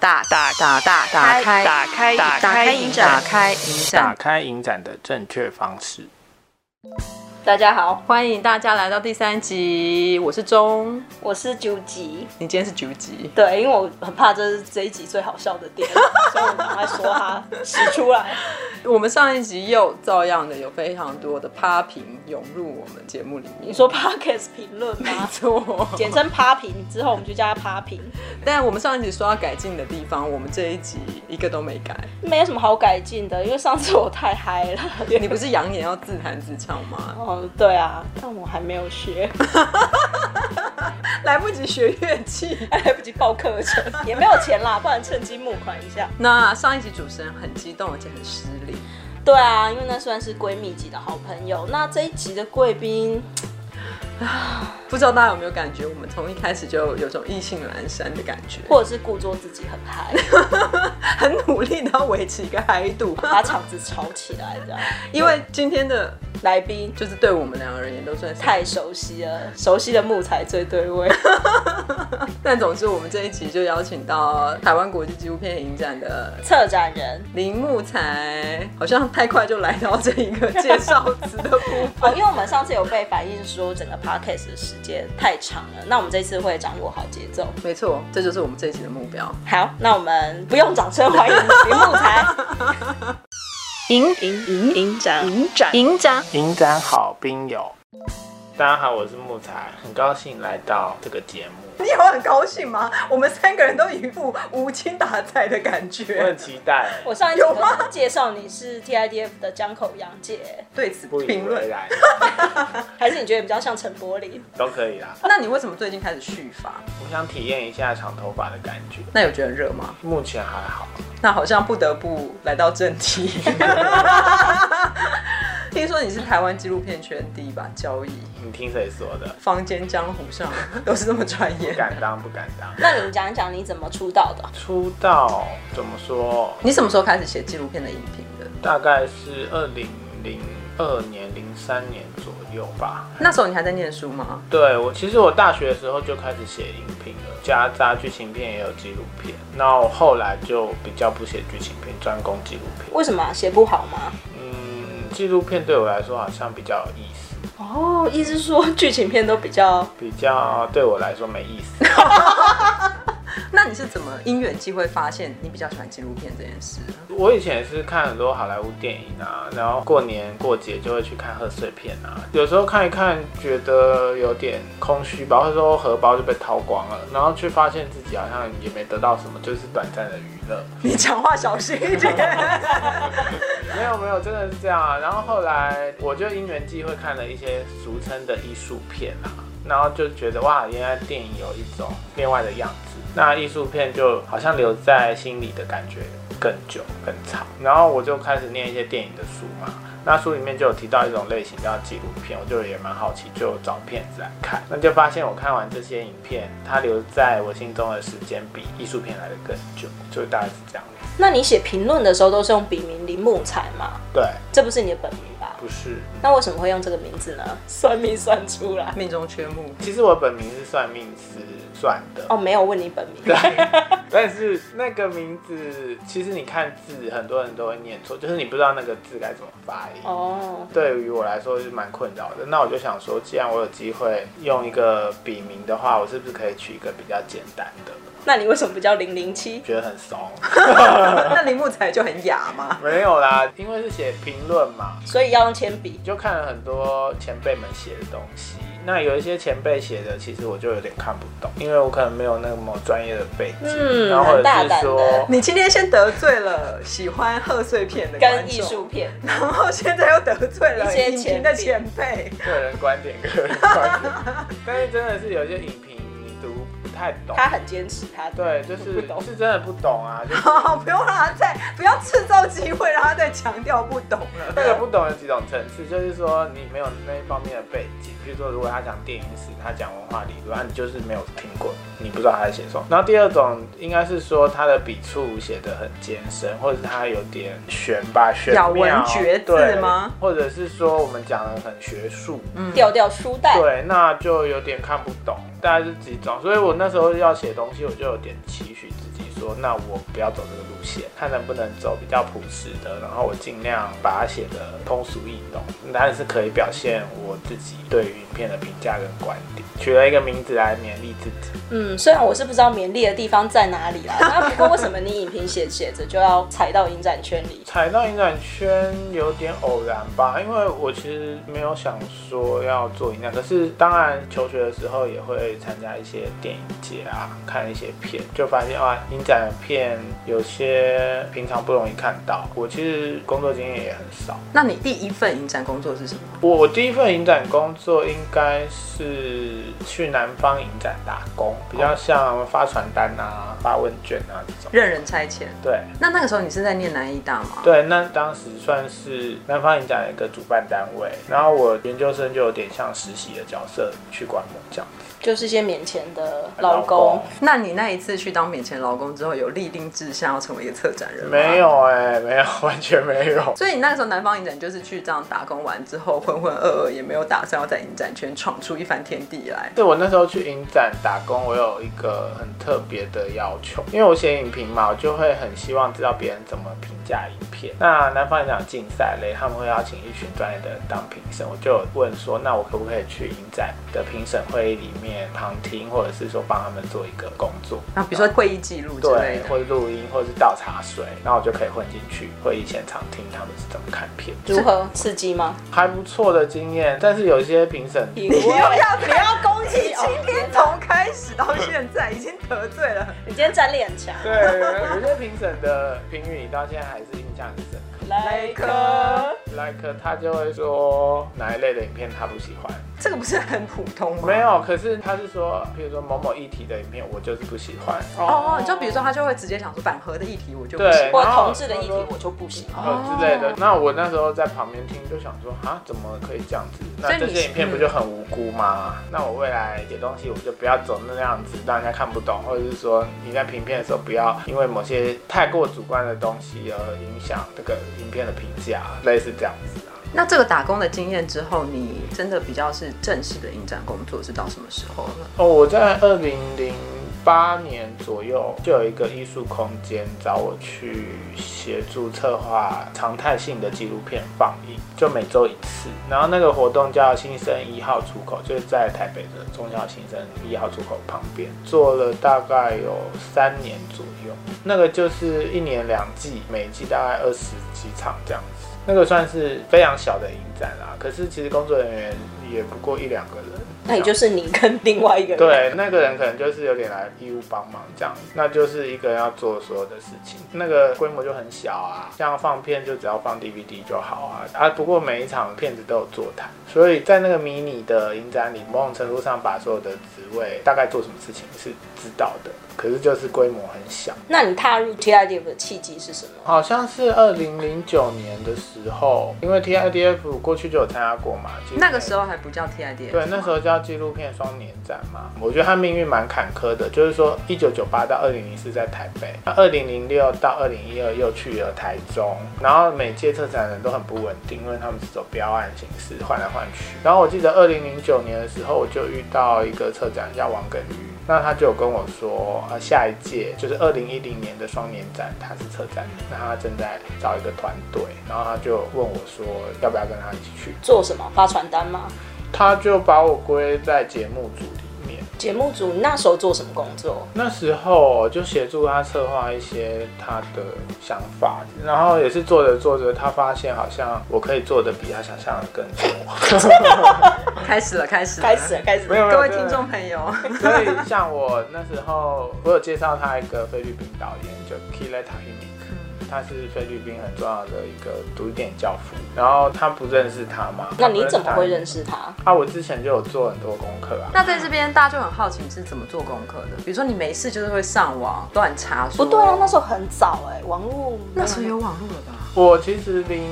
打打打打打开打开打开影展，打开影打展。开影展的正确方式。大家好，欢迎大家来到第三集，我是钟，我是九集。你今天是九集，对，因为我很怕这是这一集最好笑的 点，所以我赶快说它使出来。我们上一集又照样的有非常多的趴评涌入我们节目里面 你。说 podcast 评论吗？错，简称趴评，之后我们就叫它趴评，但我们上一集说要改进的地方，我们这一集一个都没改。 没有什么好改进的，因为上次我太嗨了。你不是扬言要自弹自唱吗？ 哦，对啊，但我还没有学， 来不及学乐器。还来不及报课程，也没有钱啦，不然趁机募款一下。 那上一集主持人很激动，而且很失礼。对啊，因为那算是闺蜜级的好朋友。那这一集的贵宾，不知道大家有没有感觉，我们从一开始就有种意兴阑珊的感觉，或者是故作自己很嗨，很努力的要维持一个嗨 度，把场子吵起来这样。因为今天的来宾就是对我们两个而言都算是。太熟悉了，熟悉的木材最对味。 但总之，我们这一集就邀请到台湾国际纪录片影展的策展人林木才，好像太快就来到这一个介绍词的部 分。哦，因为我们上次有被反映说整个 podcast 的时间太长了，那我们这次会掌握好节奏。没错，这就是我们这一集的目标。好，那我们不用掌声欢迎林木材。影影影影展影展影展影展好兵友，大家好，我是木材，很高兴来到这个节目，你有很高兴吗？我们三个人都一副无精打采的感我觉很，期待，我上一集有不吗是介绍你是 TIDF 的江口洋介，对此不以评为论。然，还是你觉得比较像陈柏霖？都可以啦。那你为什么最近开始蓄发？我想体验一下长头发的感觉，那有觉得热吗？目前还好。那好像不得不来到正题。 听说你是台湾纪录片圈第一把交椅，你听谁说的？坊间江湖上都是这么传不言。敢当，不敢当。那你讲一讲你怎么出道的？出道怎么说？你什么时候开始写纪录片的影评的？大概是二零零二年、零三年左右吧。那时候你还在念书吗？对我，其实我大学的时候就开始写影评了，夹杂剧情片也有纪录片。那我后来就比较不写剧情片，专攻纪录片。为什么啊、写不好吗？嗯，纪录片对我来说好像比较有意思，哦，意思是说剧情片都比较比较对我来说没意思。 那你是怎么因缘机会发现你比较喜欢纪录片这件事？我以前也是看很多好莱坞电影啊，然后过年过节就会去看贺岁片啊，有时候看一看觉得有点空虚吧，或者说荷包就被掏光了，然后却发现自己好像也没得到什么，就是短暂的娱乐。你讲话小心一点。没有没有，真的是这样啊。然后后来我就因缘际会看了一些俗称的艺术片啊，然后就觉得哇，原来电影有一种另外的样子。那艺术片就好像留在心里的感觉更久更长。然后我就开始念一些电影的书嘛。那书里面就有提到一种类型叫纪录片，我就也蛮好奇，就找片子来看。那就发现我看完这些影片，它留在我心中的时间比艺术片来的更久，就大概是这样子。那你写评论的时候都是用笔名林木才吗？对，这不是你的本名吧？不是。那为什么会用这个名字呢？算命算出来 命中缺木，其实我本名是算命师算的，哦，没有问你本名。但是那个名字，其实你看字，很多人都会念错，就是你不知道那个字该怎么发音。哦，对于我来说是蛮困扰的。那我就想说，既然我有机会用一个笔名的话，我是不是可以取一个比较简单的？那你为什么不叫零零七？觉得很怂， 那林木才就很哑嘛。没有啦，因为是写评论嘛，所以要用铅笔你。就看了很多前辈们写的东西。那有一些前辈写的，其实我就有点看不懂，因为我可能没有那么专业的背景，嗯然后或很者大是胆的说，你今天先得罪了喜欢贺岁片的观跟众艺术片，然后现在又得罪了一些影前评的辈前辈，个人观点，个人观点。但是真的是有些影评你读不太懂，他很坚持他的。对，就是不懂是真的不懂啊，就是好， 不用让他再不要制造机会让他再强调不懂了。那个不懂有几种层次，就是说你没有那一方面的背景，比如说如果他讲电影史，他讲文化理论，啊你就是没有听过，你不知道他在写什么。然后第二种应该是说他的笔触写的很艰深，或者是他有点玄吧，玄咬妙文嚼字对吗？或者是说我们讲的很学术，调调书袋，对，那就有点看不懂，大概是几种。所以我那时候要写东西，我就有点期许自己说，那我不要走这个路线，看能不能走比较朴实的，然后我尽量把它写的通俗易懂，但是可以表现我自己对于影片的评价跟观点，取了一个名字来勉励自己。嗯，虽然我是不知道勉励的地方在哪 里啦，那不过为什么你影评写写着就要踩到影展圈里？踩到影展圈有点偶然吧，因为我其实没有想说要做影展，可是当然求学的时候也会参加一些电影节啊，看一些片，就发现啊，影展的片有些平常不容易看到。我其实工作经验也很少，那你第一份影展工作是什么？我我第一份影展工作应该是去南方影展打工，比较像发传单啊、发问卷啊这种。任人差遣。对，那那个时候你是在念南医大吗？对，那当时算是南方影展的一个主办单位，然后我研究生就有点像实习的角色去观摩这样子。就是一些免钱的劳工。那你那一次去当免钱劳工之后，有立定志向要成为一个策展人吗？没。有哎、没有，完全没有。 所以你那个时候南方影展就是去这样打工完之后浑浑噩噩，也没有打算要在影展圈闯出一番天地来。对我那时候去影展打工，我有一个很特别的要求，因为我写影评嘛，我就会很希望知道别人怎么评价影片。那南方影展有竞赛类，他们会邀请一群专业的人当评审，我就有问说，那我可不可以去影展的评审会议里面旁听，或者是说帮他们做一个工作？那比如说会议记录之类对，的。或者录音，或者是倒茶水，然后我就可以混进去会议现场听他们是怎么看片，如何刺激吗？还不错的经验。但是有些评审， 你你又要你要攻击哦！今天从开始到现在已经得罪了，你今天战力很强。对，有些评审的评语到现在还是印象很深刻。来科， like 他就会说哪一类的影片他不喜欢，这个不是很普通吗？没有，可是他是说，譬如说某某议题的影片我就是不喜欢，Oh，哦，就比如说他就会直接想说反核的议题我就不对喜欢或然后同志的议题，我就不行。哦呃之类的。那我那时候在旁边听，就想说啊，怎么可以这样子？所那以你这些影片不就很无辜吗？那我未来写东西，我就不要走那样子，让人家看不懂，或者是说你在评片的时候，不要因为某些太过主观的东西而影响这个影片的评价，类似这样子啊。那这个打工的经验之后，你真的比较是正式的应展工作是到什么时候了？哦，我在二零零八年左右就有一个艺术空间找我去协助策划常态性的纪录片放映，就每周一次。然后那个活动叫新生一号出口，就是在台北的中校新生一号出口旁边，做了大概有三年左右。那个就是一年两季，每季大概二十几场这样子。那个算是非常小的影展啦，可是其实工作人员也不过一两个人。那也就是你跟 另外一个人。对，那个人可能就是有点来义务帮忙这样，那就是一个人要做所有的事情，那个规模就很小啊，像放片就只要放 DVD 就好啊啊！不过每一场片子都有座谈，所以在那个迷你的影展里，某种程度上把所有的职位大概做什么事情是知道的，可是就是规模很小。那你踏入 TIDF E 的契机是什么？好像是二零零九年的时候，因为 TIDF 过去就有参加过嘛，其实那个时候还不叫 TID，对，那时候叫纪录片双年展嘛。我觉得他命运蛮坎坷的，就是说，一九九八到二零零四在台北，那二零零六到二零一二又去了台中，然后每届策展人都很不稳定，因为他们是走标案形式换来换去。然后我记得二零零九年的时候，我就遇到一个策展叫王耿瑜。那他就有跟我说，呃，下一届就是二零一零年的双年展，他是策展人，那他正在找一个团队，然后他就问我说，要不要跟他一起去？做什么？发传单吗？他就把我归在节目组里面。节目组你那时候做什么工作？那时候就协助他策划一些他的想法，然后也是做着做着，他发现好像我可以做的比他想象的更 多。开始了，开始，开始。了，开始没了。有没有各位听众朋友，所以像我那时候，我有介绍他一个菲律宾导演，就 Kila 嗯 Tahimik，他是菲律宾很重要的一个独立电影教父。然后他不认识他嘛？那你怎么会认识识他？他？啊，我之前就有做很多功课啊。那在这边大家就很好奇你是怎么做功课的？比如说你没事就是会上网乱查不啊说，哦对啊，那时候很早哎、网络那时候有网络了吧？我其实零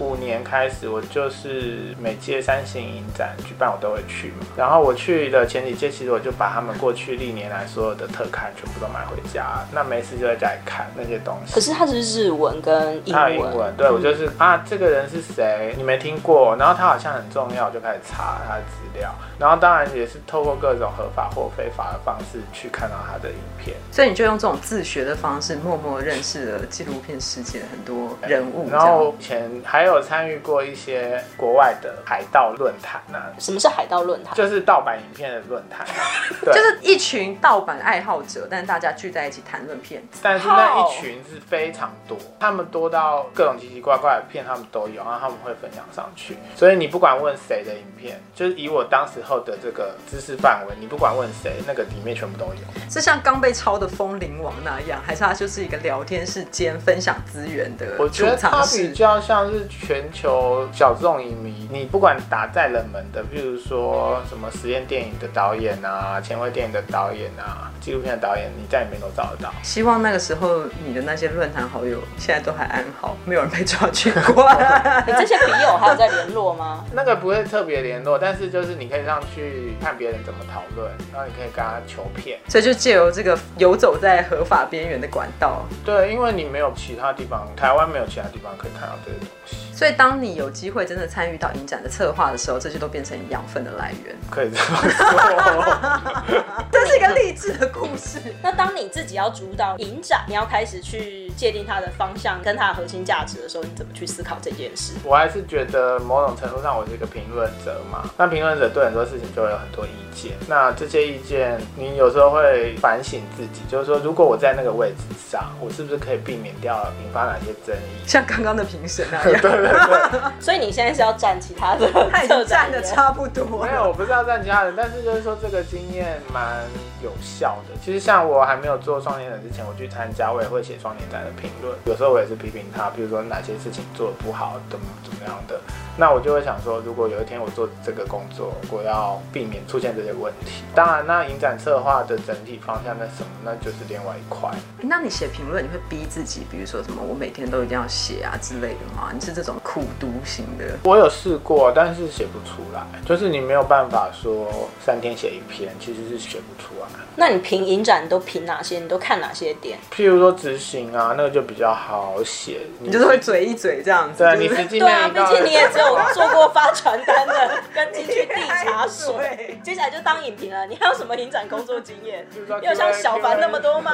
五年开始，我就是每届三星影展举办我都会去嘛。然后我去的前几届，其实我就把他们过去历年来所有的特刊全部都买回家，那没事就在家里看那些东西。可是它是日文跟英他有文，英文，对我就是啊，这个人是谁？你没听过，然后他好像很重要，我就开始查他的资料，然后当然也是透过各种合法或非法的方式去看到他的影片，所以你就用这种自学的方式，默默认识了纪录片世界很多人物。然后以前还有参与过一些国外的海盗论坛啊，什么是海盗论坛？就是盗版影片的论 坛啊，对，这样就是一群盗版爱好者，但是大家聚在一起谈论片子。但是那一群是非常多，他们多到各种奇奇怪怪的片他们都有，然后他们会分享上去。所以你不管问谁的影片，就是以我当时候的这个知识范围，你不管问谁，那个里面全部都有。是像刚被抄的《风铃王》那样，还是它就是一个聊天室间分享资源的我觉储得它藏比室？较像是全球小众影迷，你不管打再冷门的，譬如说什么实验电影的导演啊、前卫电影的导演啊、纪录片的导演，你在里面都找得到。希望那个时候你的那些论坛好友现在都还安好，没有人被抓去过。你哎这些笔友还有在联络吗？ 那个不会特别联络，但是就是你可以上去看别人怎么讨论，然后你可以跟他求骗。 所以就借由这个游走在合法边缘的管道，对，因为你没有其他地方，台湾没有其他地方可以看到这个东西，所以当你有机会真的参与到影展的策划的时候，这些都变成养分的来源。可以这么说。这是一个励志的故事。那当你自己要主导影展，你要开始去界定它的方向跟它的核心价值的时候，你怎么去思考这件事？我还是觉得某种程度上我是一个评论者嘛，那评论者对很多事情就会有很多意见，那这些意见你有时候会反省自己，就是说如果我在那个位置上，我是不是可以避免掉引发哪些争议？像刚刚的评审那 样，所以你现在是要站其他的他已策经展站的人，差不多没有，了。我不是要赞其他人，但是就是说这个经验蛮有效的。其实像我还没有做双年展之前，我去参加，我也会写双年展的评论。有时候我也是批评他，比如说哪些事情做的不好，怎么怎么样的。那我就会想说，如果有一天我做这个工作，我要避免出现这些问题。当然，那影展策划的整体方向那什么，那就是另外一块。那你写评论，你会逼自己，比如说什么我每天都一定要写啊之类的吗？你是这种苦读型的？我有试过，但是写不出来，就是你没有办法说三天写一篇，其实是写不出来。那你评影展你都评哪些？你都看哪些啊点？譬如说执行啊，那个就比较好写，你你就是会嘴一嘴这样子，对，你就是实际对啊，面毕竟你也只有做过发传单的跟进去递茶水 对，接下来就当影评了。你还有什么影展工作经验？就是说你有像小凡那么多 吗？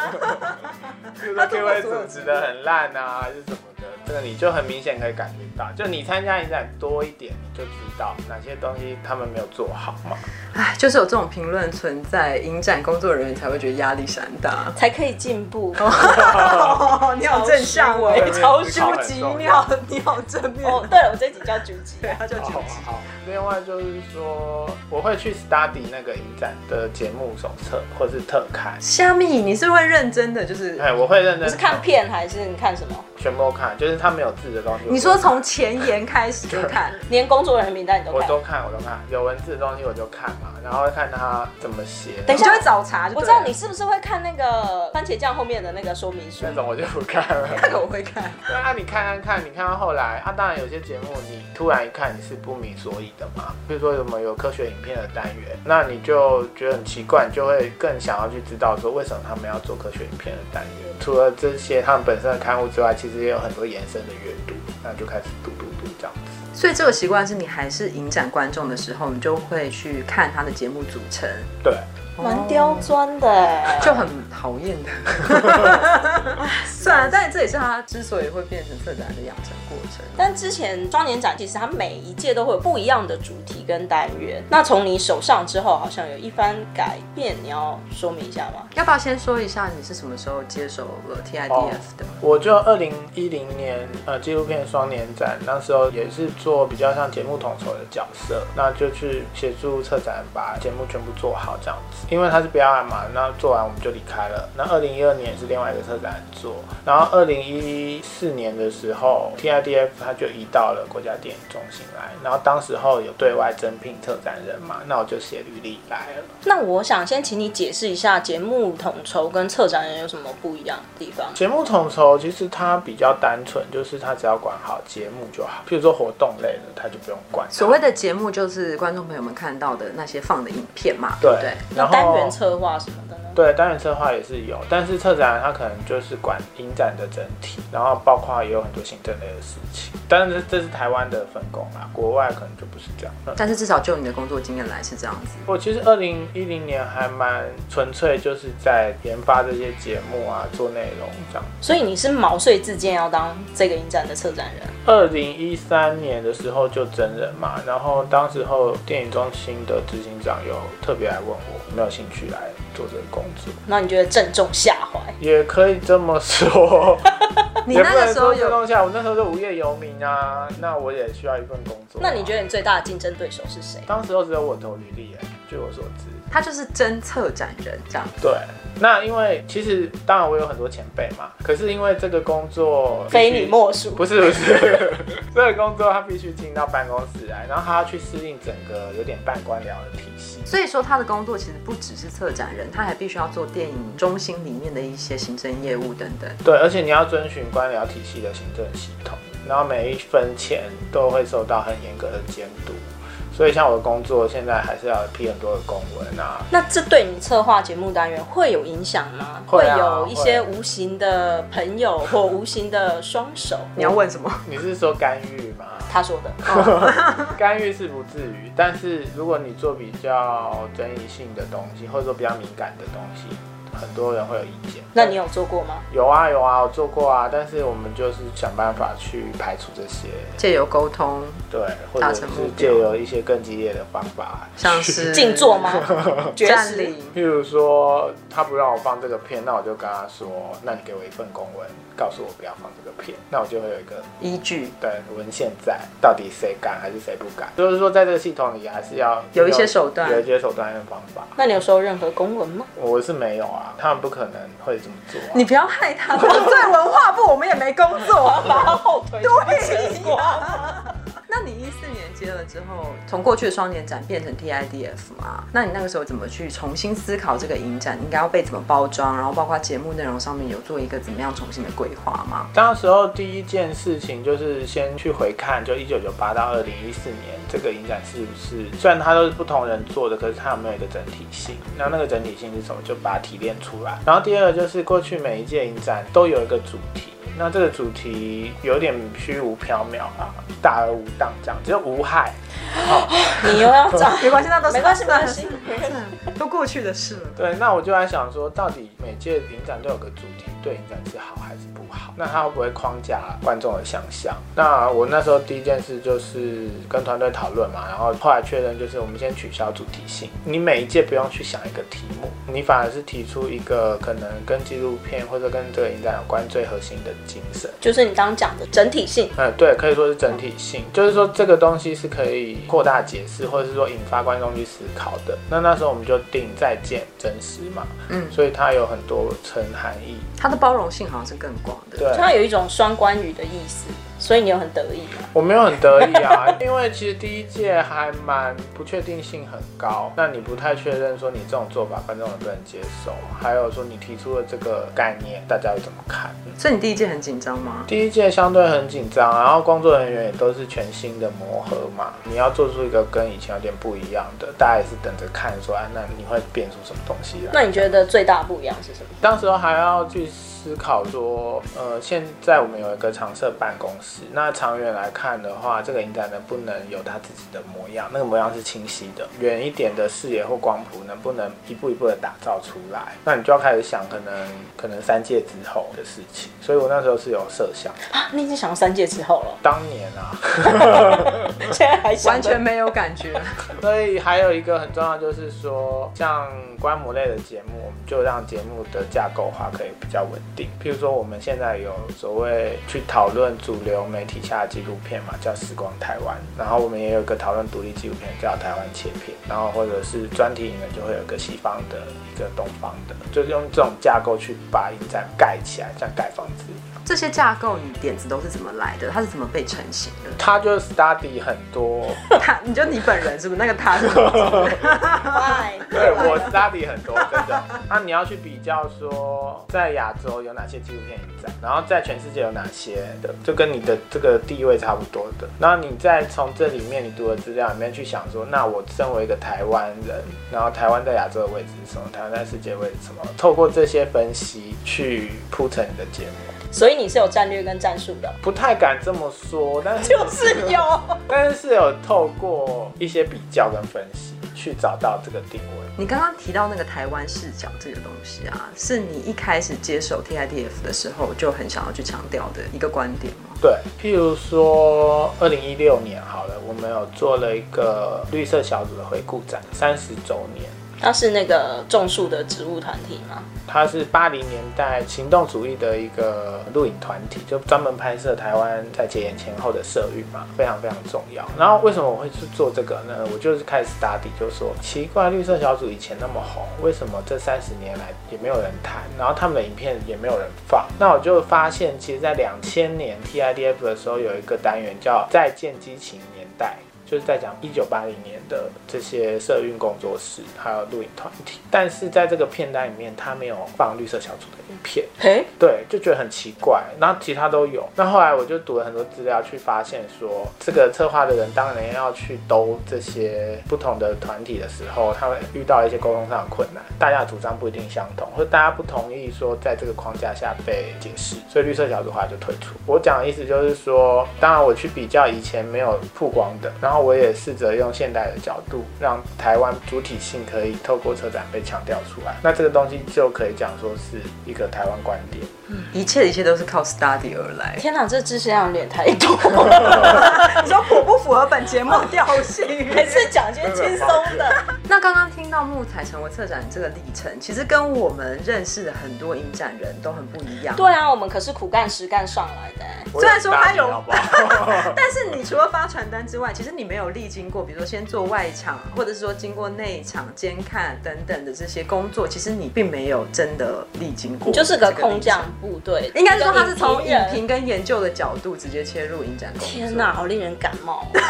譬如说 Q A 组织的很烂啊，还是什么的，这个你就很明显可以感觉到，就你参加影展多一点，你就知道哪些东西他们没有做好嘛。唉，就是有这种评论存在，影展工作人员才会觉得压力山大。 才可以进步。哦，你好正向哦，哎超虚书籍，你好，你好正面。哦哦，对了，我这集叫九集对，他就觉好得哦好。另外就是说，我会去 study 那个影展的节目手册或是特刊，虾米，你是会认真的，就是哎，我会认真你是看片还是你看什么？全部看，就是他没有字的东西。你说从前言开始就 看，连工作人员名单你都我看？都看，我都看，有文字的东西我就看嘛，然后看他怎么写。等你一就下会找茬就我对知了。道你是不是会看那个番茄酱后面的那个说明书那？种我就不看了。 那个我会看，对啊，你看看看，你看到后来啊，当然有些节目你突然一看你是不明所以的嘛，比如说有没有科学影片的单元，那你就觉得很奇怪，你就会更想要去知道说为什么他们要做科学影片的单元。除了这些他们本身的刊物之外，其实也有很多延伸的阅读，那就开始读读读这样子。所以这个习惯是你还是影展观众的时候，你就会去看他的节目组成，对，蛮刁钻的欸，就很讨厌的。算了，但这也是他之所以会变成策展人的养成过程。但之前双年展其实它每一届都会有不一样的主题跟单元，那从你手上之后好像有一番改变，你要说明一下吗？要不要先说一下你是什么时候接手了 TIDF 的？我就二零一零年呃纪录片双年展，那时候也是做比较像节目统筹的角色，那就去协助策展把节目全部做好这样子。因为它是表演嘛，那做完我们就离开了。那二零一二年是另外一个策展做，然后二零一四年的时候，TIDF 它就移到了国家电影中心来，然后当时候有对外征聘策展人嘛，那我就写履历来了。那我想先请你解释一下节目统筹跟策展人有什么不一样的地方。节目统筹候，其实它比较单纯，就是它只要管好节目就好。譬如说活动类的，它就不用管它。所谓的节目就是观众朋友们看到的那些放的影片嘛，对对不对？然后单元策划什么的呢？对单元策划也是有，但是策展人他可能就是管影展的整体，然后包括也有很多行政类的事情。但是这是台湾的分工啦，国外可能就不是这样。嗯但是至少就你的工作经验来是这样子。我其实二零一零年还蛮纯粹，就是在研发这些节目啊，做内容这样。所以你是毛遂自荐要当这个影展的策展人，二零一三年的时候就真人嘛，然后当时候电影中心的执行长有特别来问我有没有兴趣来做这个工作，那你觉得正中下怀？也可以这么说。你也那不能个时候说这有种下，我那时候是无业游民啊，那我也需要一份工作、那你觉得？得你最大的竞争对手是谁？当时候只有我投履历耶，据我所知。他就是真策展人这样，对，那因为其实当然我有很多前辈嘛，可是因为这个工作非你莫属。不是不是， 这个工作他必须进到办公室来，然后他要去适应整个有点半官僚的体系。所以说他的工作其实不只是策展人，他还必须要做电影中心里面的一些行政业务等等。对，而且你要遵循官僚体系的行政系统，然后每一分钱都会受到很严格的监督。所以像我的工作现在还是要批很多的公文啊，那这对你策划节目单元会有影响吗？会啊有一些无形的朋友或无形的双手。嗯你要问什么？你是说干预吗？他说 的，哦干预是不至于，但是如果你做比较争议性的东西，或者说比较敏感的东西，很多人会有意见。那你有做过吗？有啊有啊，我做过啊，但是我们就是想办法去排除这些，借由沟通，对，或达者成是目标借由一些更激烈的方法，像是静坐吗？绝占食领。 譬如说他不让我放这个片，那我就跟他说，那你给我一份公文，告诉我不要放这个片，那我就会有一个依据，对文献在，到底谁敢还是谁不敢？就是说在这个系统里还啊是要有一些手段有一些手段跟方法。那你有收任何公文 吗？我是没有啊，他们不可能会这么做啊、你不要害他。我对文化部我们也没工作。把哦他后腿对扯光。 那你一四年接了之后，从过去的双年展变成 TIDF 嘛？那你那个时候怎么去重新思考这个影展应该要被怎么包装，然后包括节目内容上面有做一个怎么样重新的规划 吗？当时候第一件事情就是先去回看，就一九九八到二零一四年这个影展是不是，虽然它都是不同人做的，可是它有没有一个整体性？那那个整体性是什么？就把它提炼出来。然后第二个就是过去每一届影展都有一个主题。那这个主题有点虚无缥缈啊，大而无当这样，只有无害。你又要 找？没关系，那都是没关系，没关系。 都过去的事了。对，那我就在想说，到底每届影展都有个主题，对影展是好还是不好？那它会不会框架观众的想象？那我那时候第一件事就是跟团队讨论嘛，然后后来确认就是我们先取消主题性，你每一届不用去想一个题目，你反而是提出一个可能跟纪录片或者跟这个影展有关最核心的精神。就是你刚刚讲的整体性，嗯，对，可以说是整体性，就是说这个东西是可以扩大解释，或者是说引发观众去思考的。那那时候我们就定再见真实嘛，嗯，所以它有很多层含义。它的包容性好像是更广的。对，它有一种双关语的意思，所以你有很得意吗？我没有很得意啊， 因为其实第一届还蛮不确定性很高，那你不太确认说你这种做法观众能不能接受，还有说你提出的这个概念大家会怎么看。嗯所以你第一届很紧张吗？第一届相对很紧张，然后工作人员也都是全新的磨合嘛，你要做出一个跟以前有点不一样的，大家也是等着看说，啊，那你会变出什么东西来？那你觉得最大不一样是什么？当时候还要去思考说，呃，现在我们有一个常设办公室，那长远来看的话，这个影展能不能有它自己的模样？那个模样是清晰的，远一点的视野或光谱能不能一步一步的打造出来？那你就要开始想，可能可能三届之后的事情。所以我那时候是有设想，啊，你已经想到三届之后 了，当年啊。现在还想完全没有感 觉。所以还有一个很重要，就是说，像观摩类的节目，我们就让节目的架构化可以比较稳定。譬如说，我们现在有所谓去讨论主流媒体下的纪录片嘛，叫《时光台湾》，然后我们也有一个讨论独立纪录片叫《台湾切片》，然后或者是专题影院就会有一个西方的，一个东方的，就是用这种架构去把影展盖起来，像盖房子一样。这些架构，你点子都是怎么来的？它是怎么被成型的？它就 study 很多。 他，你就你本人是不是？那个他是什么快。 对我 study 很多，真的。那你要去比较说，在亚洲有哪些纪录片影展，然后在全世界有哪些的，就跟你的这个地位差不多的。然后你再从这里面你读的资料里面去想说，那我身为一个台湾人，然后台湾在亚洲的位置是什么，台湾在世界位置是什么，透过这些分析去铺陈你的节目。所以你是有战略跟战术的，不太敢这么说，但是就是有。但是是有透过一些比较跟分析去找到这个定位。你刚刚提到那个台湾视角这个东西啊，是你一开始接手 TIDF 的时候就很想要去强调的一个观点吗？对，譬如说二零一六年好了，我们有做了一个绿色小组的回顾展，三十周年。它是那个种树的植物团体吗？它是八零年代行动主义的一个录影团体，就专门拍摄台湾在解严前后的社运嘛，非常非常重要。然后为什么我会去做这个呢？我就是开始打底，就说奇怪，绿色小组以前那么红，为什么这三十年来也没有人谈？然后他们的影片也没有人放。那我就发现，其实，在两千年 TIDF 的时候，有一个单元叫“再见激情年代”。就是在讲一九八零年的这些社运工作室还有录影团体，但是在这个片单里面，他没有放绿色小组的影片，嘿，对，就觉得很奇怪。然后其他都有，那后来我就读了很多资料，去发现说，这个策划的人当然要去兜这些不同的团体的时候，他会遇到一些沟通上的困难，大家的主张不一定相同，或者大家不同意说在这个框架下被解释，所以绿色小组后来就退出。我讲的意思就是说，当然我去比较以前没有曝光的，然后我也试着用现代的角度，让台湾主体性可以透过车展被强调出来。那这个东西就可以讲说是一个台湾观点。嗯一切的一切都是靠 study 而 来。天哪，这知识量有点太 多了，你说符不符合本节目调性？还是讲一些轻松的。 那刚刚听到木材成为策展这个历程，其实跟我们认识的很多影展人都很不一样。对啊，我们可是苦干实干上来的、欸。虽然说他有我搭你好不好 但是你除了发传单之外，其实你没有历经过，比如说先做外场，或者是说经过内场监看等等的这些工作，其实你并没有真的历经过。你就是个空降。部队，应该是说他是从一影个人。评跟研究的角度直接切入影展工作。天哪，！好令人感冒哦、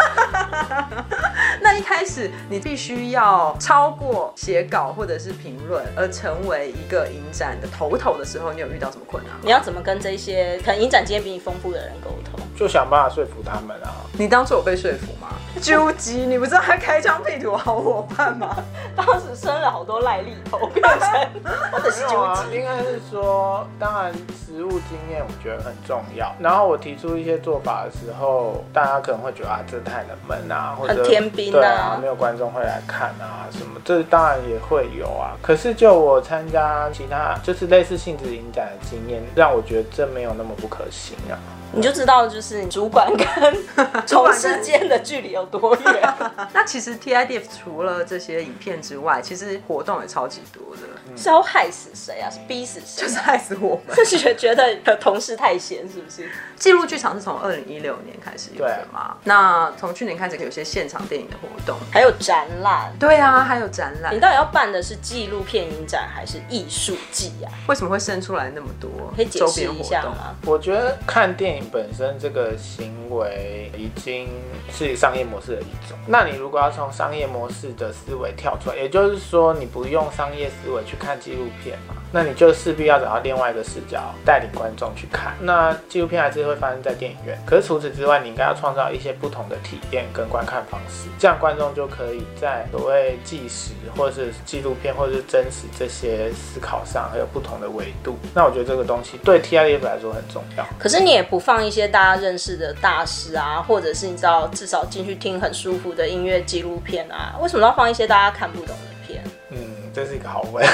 那一开始你必须要超过写稿或者是评论，而成为一个影展的头头的时候，你有遇到什么困难吗？你要怎么跟这些可能影展经验比你丰富的人沟通？就想办法说服他们啊。你当初有被说服吗？ 纠集，你不知道他开疆辟土好伙伴吗？当时生了好多赖痢头，变成 或者是没有纠啊，结。应该是说，当然实务经验我觉得很重要。嗯然后我提出一些做法的时候，大家可能会觉得啊，这太冷门啊，或者很天兵啊对啊，没有观众会来看啊，什么这当然也会有啊。可是就我参加其他就是类似性质影展的经验，让我觉得这没有那么不可行啊。你就知道，就是主管 跟同事间的距离有多远。 那其实 TIDF 除了这些影片之外，其实活动也超级多的，是要害死谁啊？是逼死谁、就是啊？害死我们。 就是觉觉得同事太闲，是不是？记录剧场是从二零一六年开始有的啊嘛？那从去年开始有些现场电影的活动。还有展览，对啊，还有展览你，到底要办的是纪录片影展还是艺术季啊？为什么会生出来那么多可以解周释边活一下动？吗？我觉得看电影本身这个行为已经是商业模式的一种。那你如果要从商业模式的思维跳出来，也就是说你不用商业思维去看纪录片嘛，那你就势必要找到另外一个视角带领观众去看。那纪录片还是会发生在电影院，可是除此之外，你应该要创造一些不同的体验跟观看方式，这样观众就可以在所谓纪实或是纪录片或是真实这些思考上，还有不同的维度。那我觉得这个东西对 TIF 来说很重要。可是你也不放一些大家认识的大师啊，或者是你知道至少进去听很舒服的音乐纪录片啊，为什么要放一些大家看不懂 的片？嗯，这是一个好问。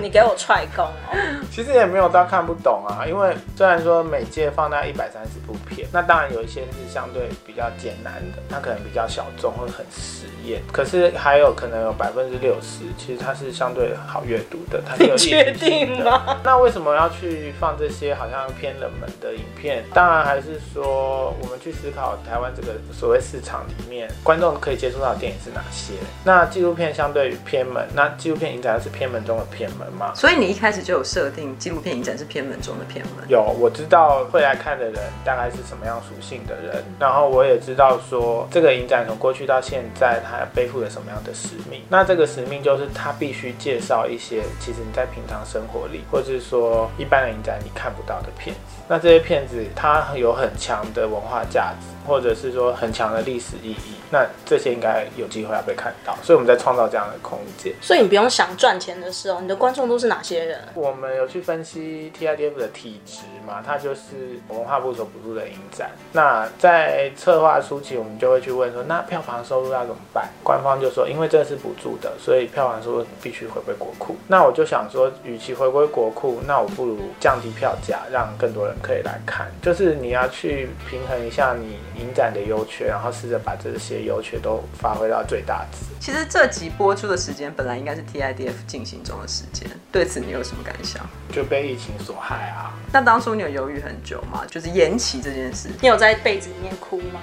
你给我踹功哦！其实也没有到看不懂啊，因为虽然说每届放大一百三十部片，那当然有一些是相对比较艰难的，它可能比较小众或者很实验，可是还有可能有百分之六十，其实它是相对好阅读的，它是有你确意义性的定吗？那为什么要去放这些好像偏冷门的影片？当然还是说我们去思考台湾这个所谓市场里面，观众可以接触到的电影是哪些。那纪录片相对于偏门，那纪录片片影展是偏门中的偏门嘛。所以你一开始就有设定纪录片影展是偏门中的偏门，有，我知道会来看的人大概是什么样属性的人，然后我也知道说这个影展从过去到现在，它背负了什么样的使命。那这个使命就是它必须介绍一些其实你在平常生活里，或者是说一般的影展你看不到的片子。那这些片子它有很强的文化价值，或者是说很强的历史意义。那这些应该有机会要被看到，所以我们在创造这样的空间。所以你不用想赚钱的事哦。你的观众都是哪些人？我们有去分析 TIDF 的体质嘛，它就是文化部所补助的影展。那在策划初期，我们就会去问说，那票房收入要怎么办？官方就说，因为这是补助的，所以票房收入必须回归国库。那我就想说，与其回归国库，那我不如降低票价，让更多人可以来看。就是你要去平衡一下你影展的优缺，然后试着把这些优缺都发挥到最大值。其实这集播出的时间本来应该是 TIDF 进行中的时间，对此你有什么感想？就被疫情所害啊。那当初你有犹豫很久吗？就是延期这件事。你有在被子里面哭吗？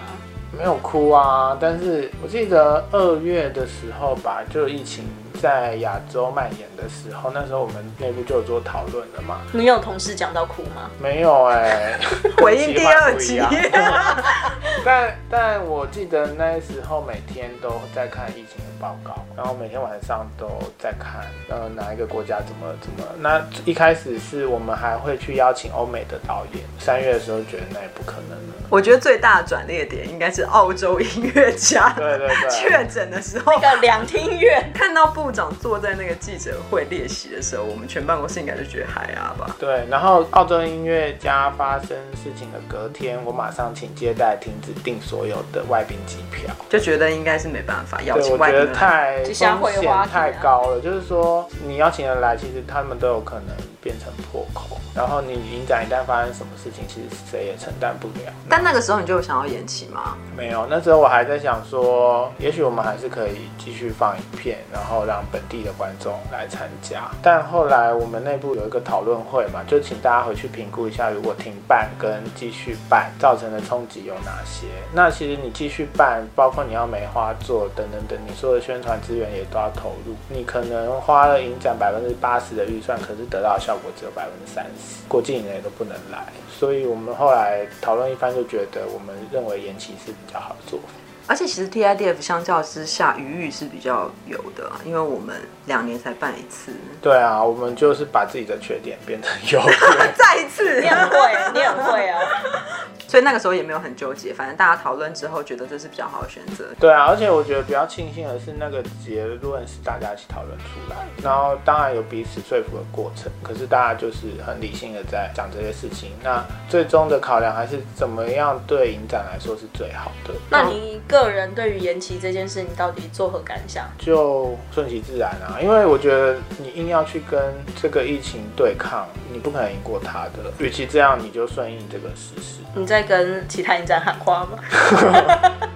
没有哭啊，但是我记得二月的时候吧，就疫情在亚洲蔓延的时候，那时候我们内部就有做讨论了嘛。你有同事讲到哭 吗？没有哎、回应第二集 啊计划不一样但但我记得那时候每天都在看疫情的报告，然后每天晚上都在看，呃，哪一个国家怎么怎么。那一开始是我们还会去邀请欧美的导演，三月的时候觉得那也不可能了。 我觉得最大的转捩点应该是澳洲音乐家 对对对确诊的时候，要两厅院。看到部长坐在那个记者会列席的时候，我们全办公室应该就觉得嗨啊吧。对，然后澳洲音乐家发生事情的隔天，我马上请接待停止订所有的外宾机票。就觉得应该是没办法邀对，请我外觉宾啊得来，太就风像会花险钱太啊高了，就是说你邀请人来，其实他们都有可能变成破口。然后你影展一旦发生什么事情，其实谁也承担不了。但那个时候你就有想要延期吗？没有，那时候我还在想说，也许我们还是可以继续放影片，然后让本地的观众来参加。但后来我们内部有一个讨论会嘛，就请大家回去评估一下，如果停办跟继续办造成的冲击有哪些。那其实你继续办，包括你要梅花座等等等，你所有的宣传资源也都要投入。你可能花了影展百分之八十的预算，可是得到的效果只有百分之三十，国际影人也都不能来。所以我们后来讨论一番，就觉得我们认为延期是比较好的做法。而且其实 TIDF 相较之下余裕是比较有的，因为我们两年才办一次，对啊，我们就是把自己的缺点变成优点。再一次你很会，你很会哦。所以那个时候也没有很纠结，反正大家讨论之后觉得这是比较好的选择。对啊，而且我觉得比较庆幸的是，那个结论是大家一起讨论出来，然后当然有彼此说服的过程，可是大家就是很理性的在讲这些事情。那最终的考量还是怎么样对影展来说是最好的。那你个人对于延期这件事，你到底作何感想？就顺其自然啊，因为我觉得你硬要去跟这个疫情对抗，你不可能赢过它的。与其这样，你就顺应这个事实。你在跟其他影展喊话吗？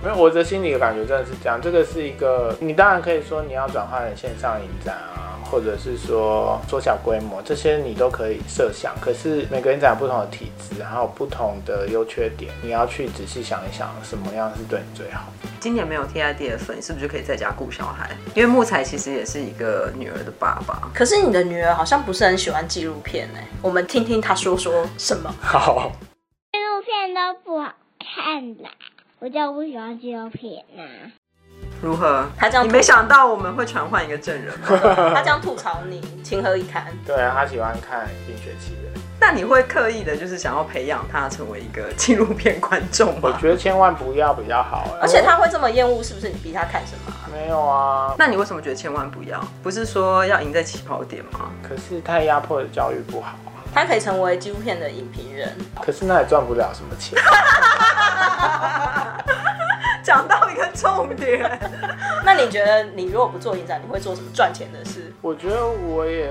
没有，我的心里的感觉真的是这样。这个是一个，你当然可以说你要转换成线上影展啊，或者是说缩小规模，这些你都可以设想。可是每个影展有不同的体质，还有不同的优缺点，你要去仔细想一想，什么样是对你最好。今年没有 TIDF，你是不是就可以在家顾小孩？因为木材其实也是一个女儿的爸爸。可是你的女儿好像不是很喜欢纪录片哎、我们听听她说说什 么。 好，纪录片都不好看啦，我就不喜欢纪录片啦、如何？他这样你没想到我们会传唤一个证人吗？她这样吐槽你，情何以堪？对啊，他喜欢看《冰雪奇缘》。那你会刻意的，就是想要培养他成为一个纪录片观众我吗？觉得千万不要比较好、而且她会这么厌恶，是不是你逼她看什么啊？没有啊，那你为什么觉得千万不要？不是说要赢在起跑点吗？ 可是太压迫的教育不好啊，她可以成为纪录片的影评人，可是那也赚不了什么钱。讲到一个重点，那你觉得你如果不做影展，你会做什么赚钱的事？我觉得我也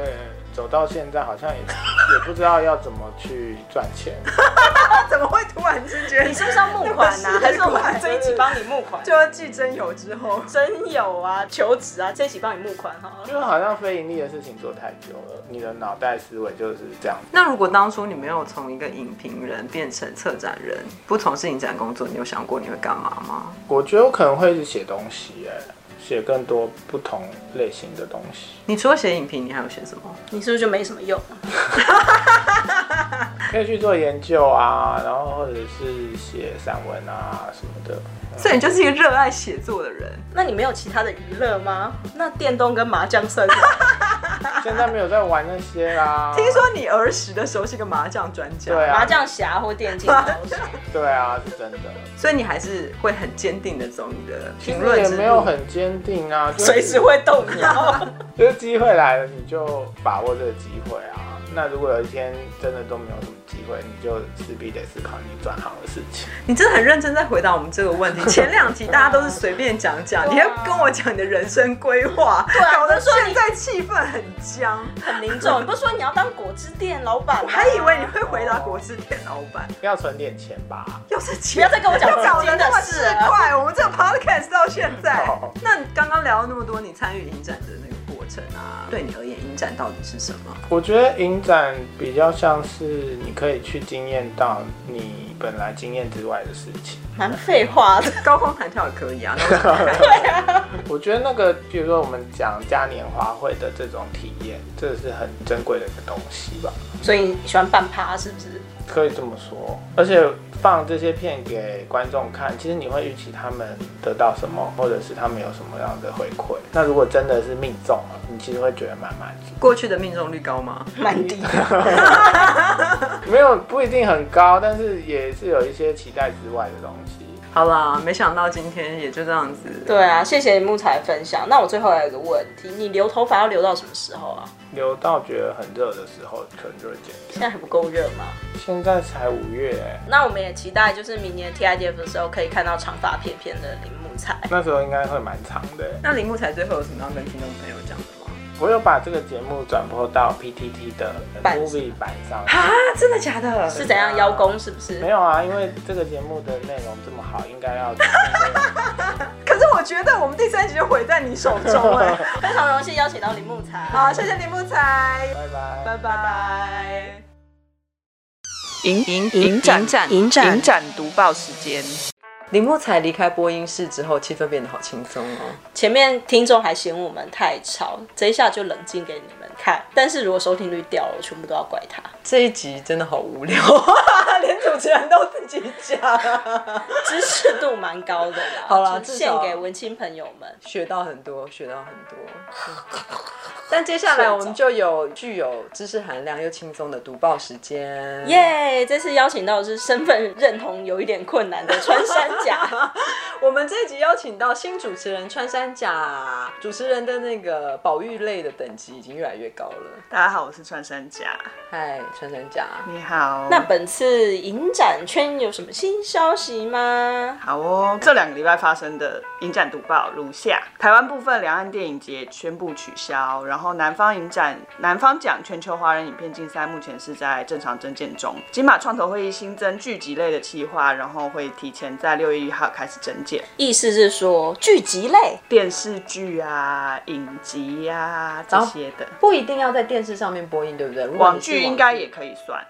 走到现在，好像也也不知道要怎么去赚钱。他怎么会突然之间？你是不是要募款 呐、那个啊？还是是我们这一起帮你募款？就要继真友之后，真有啊，求职啊，这一起帮你募款好了。因为好像非盈利的事情做太久了，你的脑袋思维就是这样。那如果当初你没有从一个影评人变成策展人，不从事影展工作，你有想过你会干嘛吗？我觉得我可能会一直写东西、哎，写更多不同类型的东西。你除了写影评，你还有写什么？你是不是就没什么用了？可以去做研究啊，然后或者是写散文啊什么的。所以你就是一个热爱写作的人。那你没有其他的娱乐吗？那电动跟麻将算什么？现在没有在玩那些啊啦。听说你儿时的时候是个麻将专家，对啊麻将侠或电竞高手？对啊，是真的。所以你还是会很坚定的走你的其评实论也之没有路。很坚定啊，就是随时会动摇。就是机会来了，你就把握这个机会啊。那如果有一天真的都没有什么机会，你就势必得思考你转行的事情。你真的很认真在回答我们这个问 题。前两题大家都是随便讲讲，你要跟我讲你的人生规划，啊搞得你说你啊现在气氛很僵。 很凝重。你不是说你要当果汁店老板吗？我还以为你会回答果汁店老板，要存点钱吧。又是钱， 不要再跟 我讲搞得资金的那么事市啊了侩。我们 这个 podcast 到现在好，那你刚刚聊了那么多，你参与影展的那个过程啊，对你而言，影展到底是什么？我觉得影展比较像是你可以去经验到你本来经验之外的事情。蛮废话的。高空弹跳也可以啊，那为什 么不看我觉得那个，比如说我们讲嘉年华会的这种体验，这是很珍贵的一个东西吧，所以你喜欢半趴是不是？可以这么说。而且放这些片给观众看，其实你会预期他们得到什么，或者是他们有什么样的回馈。那如果真的是命中了，你其实会觉得蛮满足。过去的命中率高吗？蛮低的。没有不一定很高，但是也是有一些期待之外的东西。好啦，没想到今天也就这样子。 对啊，谢谢木材分享。那我最后还有一个问题，你留头发要留到什么时候啊？留到觉得很热的时候，可能就会剪掉。现在还不够热吗？现在才五月、欸，那我们也期待，就是明年 TIDF 的时候可以看到长发翩翩的林木材。那时候应该会蛮长的、欸。那铃木才最后有什么要跟听众朋友讲的吗？我有把这个节目转播到 PTT 的版 Movie 版上。啊，真的假的？是怎样邀功？是不是没？有啊，因为这个节目的内容这么好，应该要对可是我觉得我们第三集就毁在你手中 哎、非常荣幸邀请到林木材。好，谢谢铃木才，拜拜拜。拜。影影影展影展影展读报时间。林木才离开播音室之后，气氛变得好轻松哦。前面听众还嫌我们太吵，这一下就冷静给你们看。但是如果收听率掉了，我全部都要怪他。这一集真的好无聊， 连主持人都自己讲，支持度蛮高的啦，好啦就是至献少给文青朋友们。学到很多，学到很多。但接下来我们就有具有知识含量又轻松的读报时间，耶这次邀请到的是身份认同有一点困难的穿山 甲，我们这一集邀请到新主持人穿山甲，主持人的那个保育类的等级已经越来越高了。大家好，我是穿山甲。嗨，穿山甲，你好，那本次影展圈有什么新消息吗？好哦。这两个礼拜发生的影展读报如下：台湾部分两岸电影节宣布取消，然后南方影展南方奖全球华人影片竞赛目前是在正常征件中，金马创投会议新增剧集类的企划，然后会提前在六月一号开始征件。意思是说剧集类电视剧啊、影集啊这些的，不一定要在电视上面播映，对不对？如果网你是剧应该也可以算。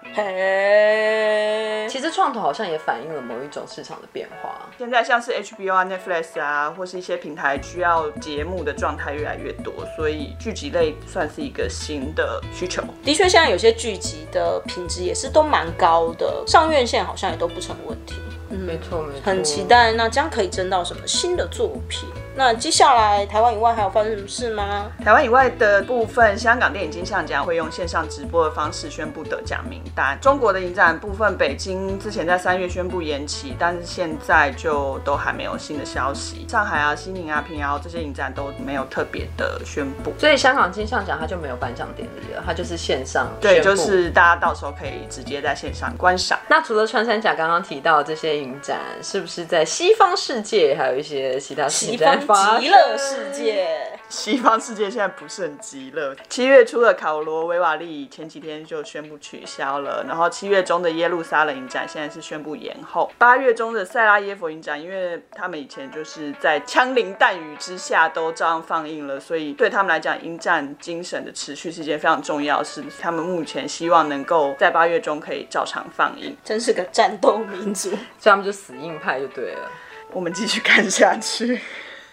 嘿，其实创投好像也反映了某一种市场的变化。现在像是 HBO 啊、Netflix 啊，或是一些平台需要节目的状态越来越多，所以剧集类算是一个新的需求。的确现在有些剧集的品质也是都蛮高的，上院线好像也都不成问题。嗯没错，没错，很期。待，那将可以争到什么新的作品？那接下来台湾以外还有发生什么事吗？台湾以外的部分，香港电影金像奖会用线上直播的方式宣布得奖名单。中国的影展部分，北京之前在三月宣布延期，但是现在就都还没有新的消息。上海啊、西宁啊、平遥这些影展都没有特别的宣布。所以香港金像奖它就没有颁奖典礼了，它就是线上对，宣布就是大家到时候可以直接在线上观赏。那除了穿山甲刚刚提到的这些影展，是不是在西方世界还有一些其他事西情在方发生极乐世界，西方世界现在不是很极乐。七月初的考罗维瓦利前几天就宣布取消了，然后七月中的耶路撒冷影展现在是宣布延后。八月中的塞拉耶夫影展，因为他们以前就是在枪林弹雨之下都照样放映了，所以对他们来讲，影展精神的持续是一件非常重要的事。他们目前希望能够在八月中可以照常放映。真是个战斗民族。所以他们就死硬派就对了。我们继续看下去。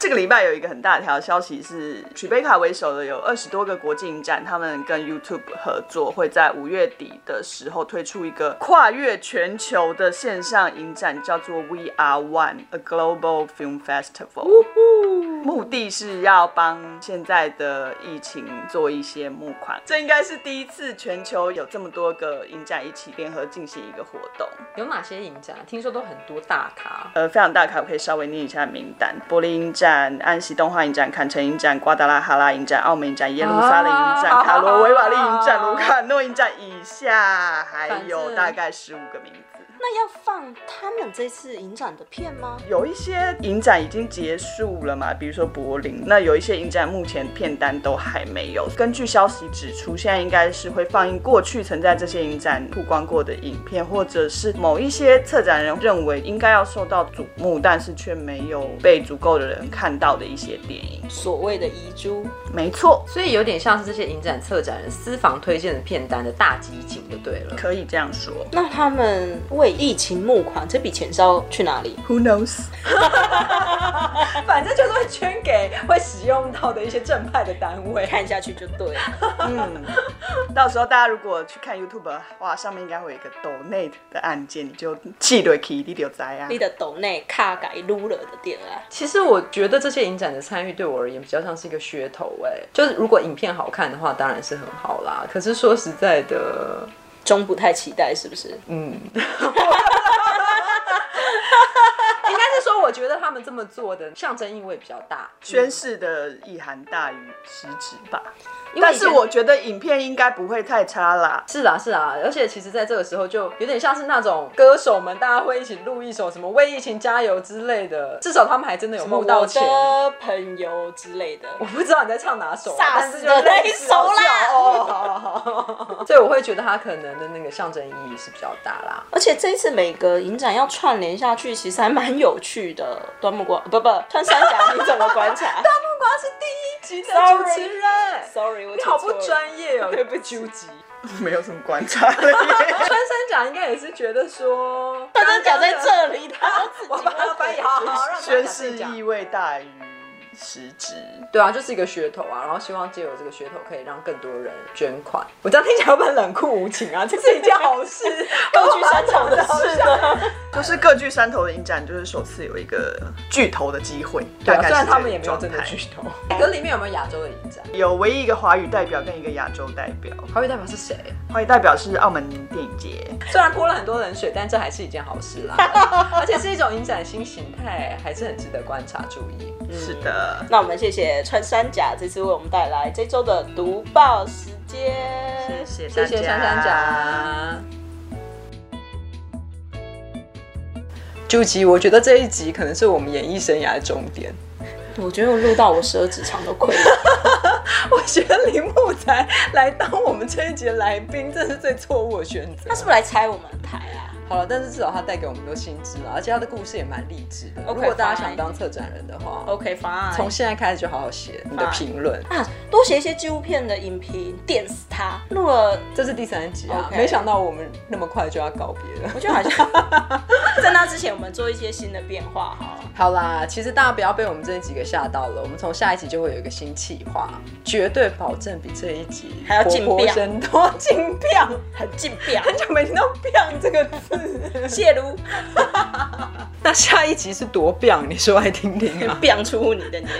这个礼拜有一个很大条消息是，曲贝卡为首的有二十多个国际影展，他们跟 YouTube 合作，会在五月底的时候推出一个跨越全球的线上影展，叫做 We Are One A Global Film Festival。目的是要帮现在的疫情做一些募款。这应该是第一次全球有这么多个影展一起联合进行一个活动。有哪些影展？听说都很多大咖。呃非常大咖，我可以稍微念一下名单：柏林影展、安息动画影展、坎城影展、瓜达拉哈拉影展、澳门影展、耶路撒冷影展、啊卡罗维瓦利影展、卢卡诺影展，以下还反有正大概十五个名字。那要放他们这次影展的片吗？有一些影展已经结束了嘛，比如说柏林，那有一些影展目前片单都还没有。根据消息指出，现在应该是会放映过去曾在这些影展曝光过的影片，或者是某一些策展人认为应该要受到瞩目，但是却没有被足够的人看到的一些电影。所谓的遗珠，没错，所以有点像是这些影展策展人私房推荐的片单的大集锦就对了。可以这样说。那他们为疫情募款，这笔钱是要去哪里？ Who knows？ 反正就是会捐给会使用到的一些正派的单位。看下去就对了。嗯，到时候大家如果去看 YouTube 的话，上面应该会有一个 Donate 的按键，你就记对 key，你就知啊你。的抖内卡改撸了的店啊，其实我觉得这些影展的参与对我而言比较像是一个噱头、哎，就是如果影片好看的话，当然是很好啦。可是说实在的，中不太期待是不是？嗯，应该是说，我觉得他们这么做的象征意味比较大。宣誓的意涵大于实质吧，因为但以是前我觉得影片应该不会太差啦。是啦是啦，而且其实在这个时候就有点像是那种歌手们，大家会一起录一首什么“为疫情加油”之类的，至少他们还真的有募到钱。我的朋友之类的，我不知道你在唱哪首啊，萨但斯是的就那一类似好首啦像哦，好好好好，所以我会觉得它可能的那个象征意义是比较大啦。而且这一次每个影展要串联下去，其实还蛮有趣的。端木光不不，穿山甲你怎么观 察不光是第一集的主主持持人， ？Sorry，我你好记不错了。专业 哦，对不起纠 集。 没有什么 观察的耶。穿山甲应该也是觉得说，穿山甲在这里，他要自 己我帮他翻译，好好好，让宣大家誓自己讲意味大于实质，对啊，就是一个噱头啊，然后希望借由这个噱头可以让更多人捐款。我这样听起来会不会很冷酷无情啊？这是一件好事，啊各具 山头的事 呢。就是各据山头的影展，就是首次有一个巨头的机会，对大啊，虽概是然他们这也个没有状真的态巨头，可是里面有没有亚洲的影展？有唯一一个华语代表跟一个亚洲代表，华语代表是谁？华语代表是澳门电影节，虽然泼了很多冷水，但这还是一件好事啦，而且是一种影展新形态，还是很值得观察注意。是的。那我们谢谢穿山甲这次为我们带来这周的读报时间，谢谢谢珊珊。讲。究极，我觉得这一集可能是我们演艺生涯的终点。我觉得我录到我十二指肠都溃 了。我觉得林木才来当我们这一节来宾，这是最错误的选择他。是不是来拆我们的台啊？好了，但是至少他带给我们很多新知了，而且他的故事也蛮励志的。 OK，如果大家 fine 想当策展人的话 OK fine，从现在开始就好好写你的 Fine 评论。啊，多写一些纪录片的影评，电死他。录了，这是第三集啊 OK 没想到我们那么快就要告别了。我觉得好 像在那之前，我们做一些新的变化好了。好啦，其实大家不要被我们这几个吓到了，我们从下一集就会有一个新企划，绝对保证比这一集还要进活泼票生多， 进票。很近表，很久没听到“变”这个字，谢如 那下一集是多变？你说来听听啊。变出你的年纪。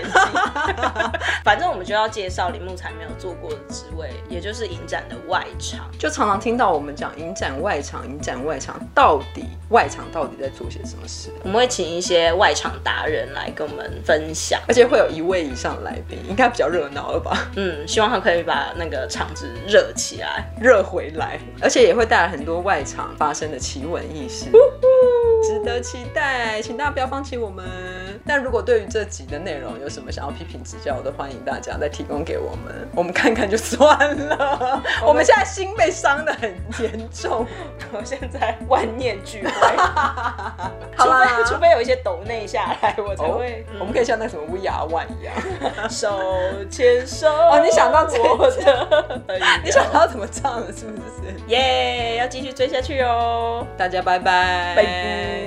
反正我们就要介绍林木才没有做过的职位，也就是影展的外场。就常常听到我们讲影展外场，影展外场到底外场到底在做些什么事，我们会请一些外场达人来跟我们分享。而且会有一位以上来宾，应该比较热闹了吧？ 嗯，希望他可以把那个场子热起来。热回来，而且也会带来很多外场发生的奇闻异事，值得期待，请大家不要放弃我们。但如果对于这集的内容有什么想要批评指教的，欢迎大家再提供给我们，我们看看就算 了。我们现在心被伤得很严重，我现在万念俱 灰，好啦哦嗯除非除非有一些抖内下来， 我才会。嗯我们可以像那什么 We Are One 一样，手牵手。哦你想到这 我的朋友，你想要怎么唱了是不是？耶要继续追下去哦，大家拜拜，拜拜。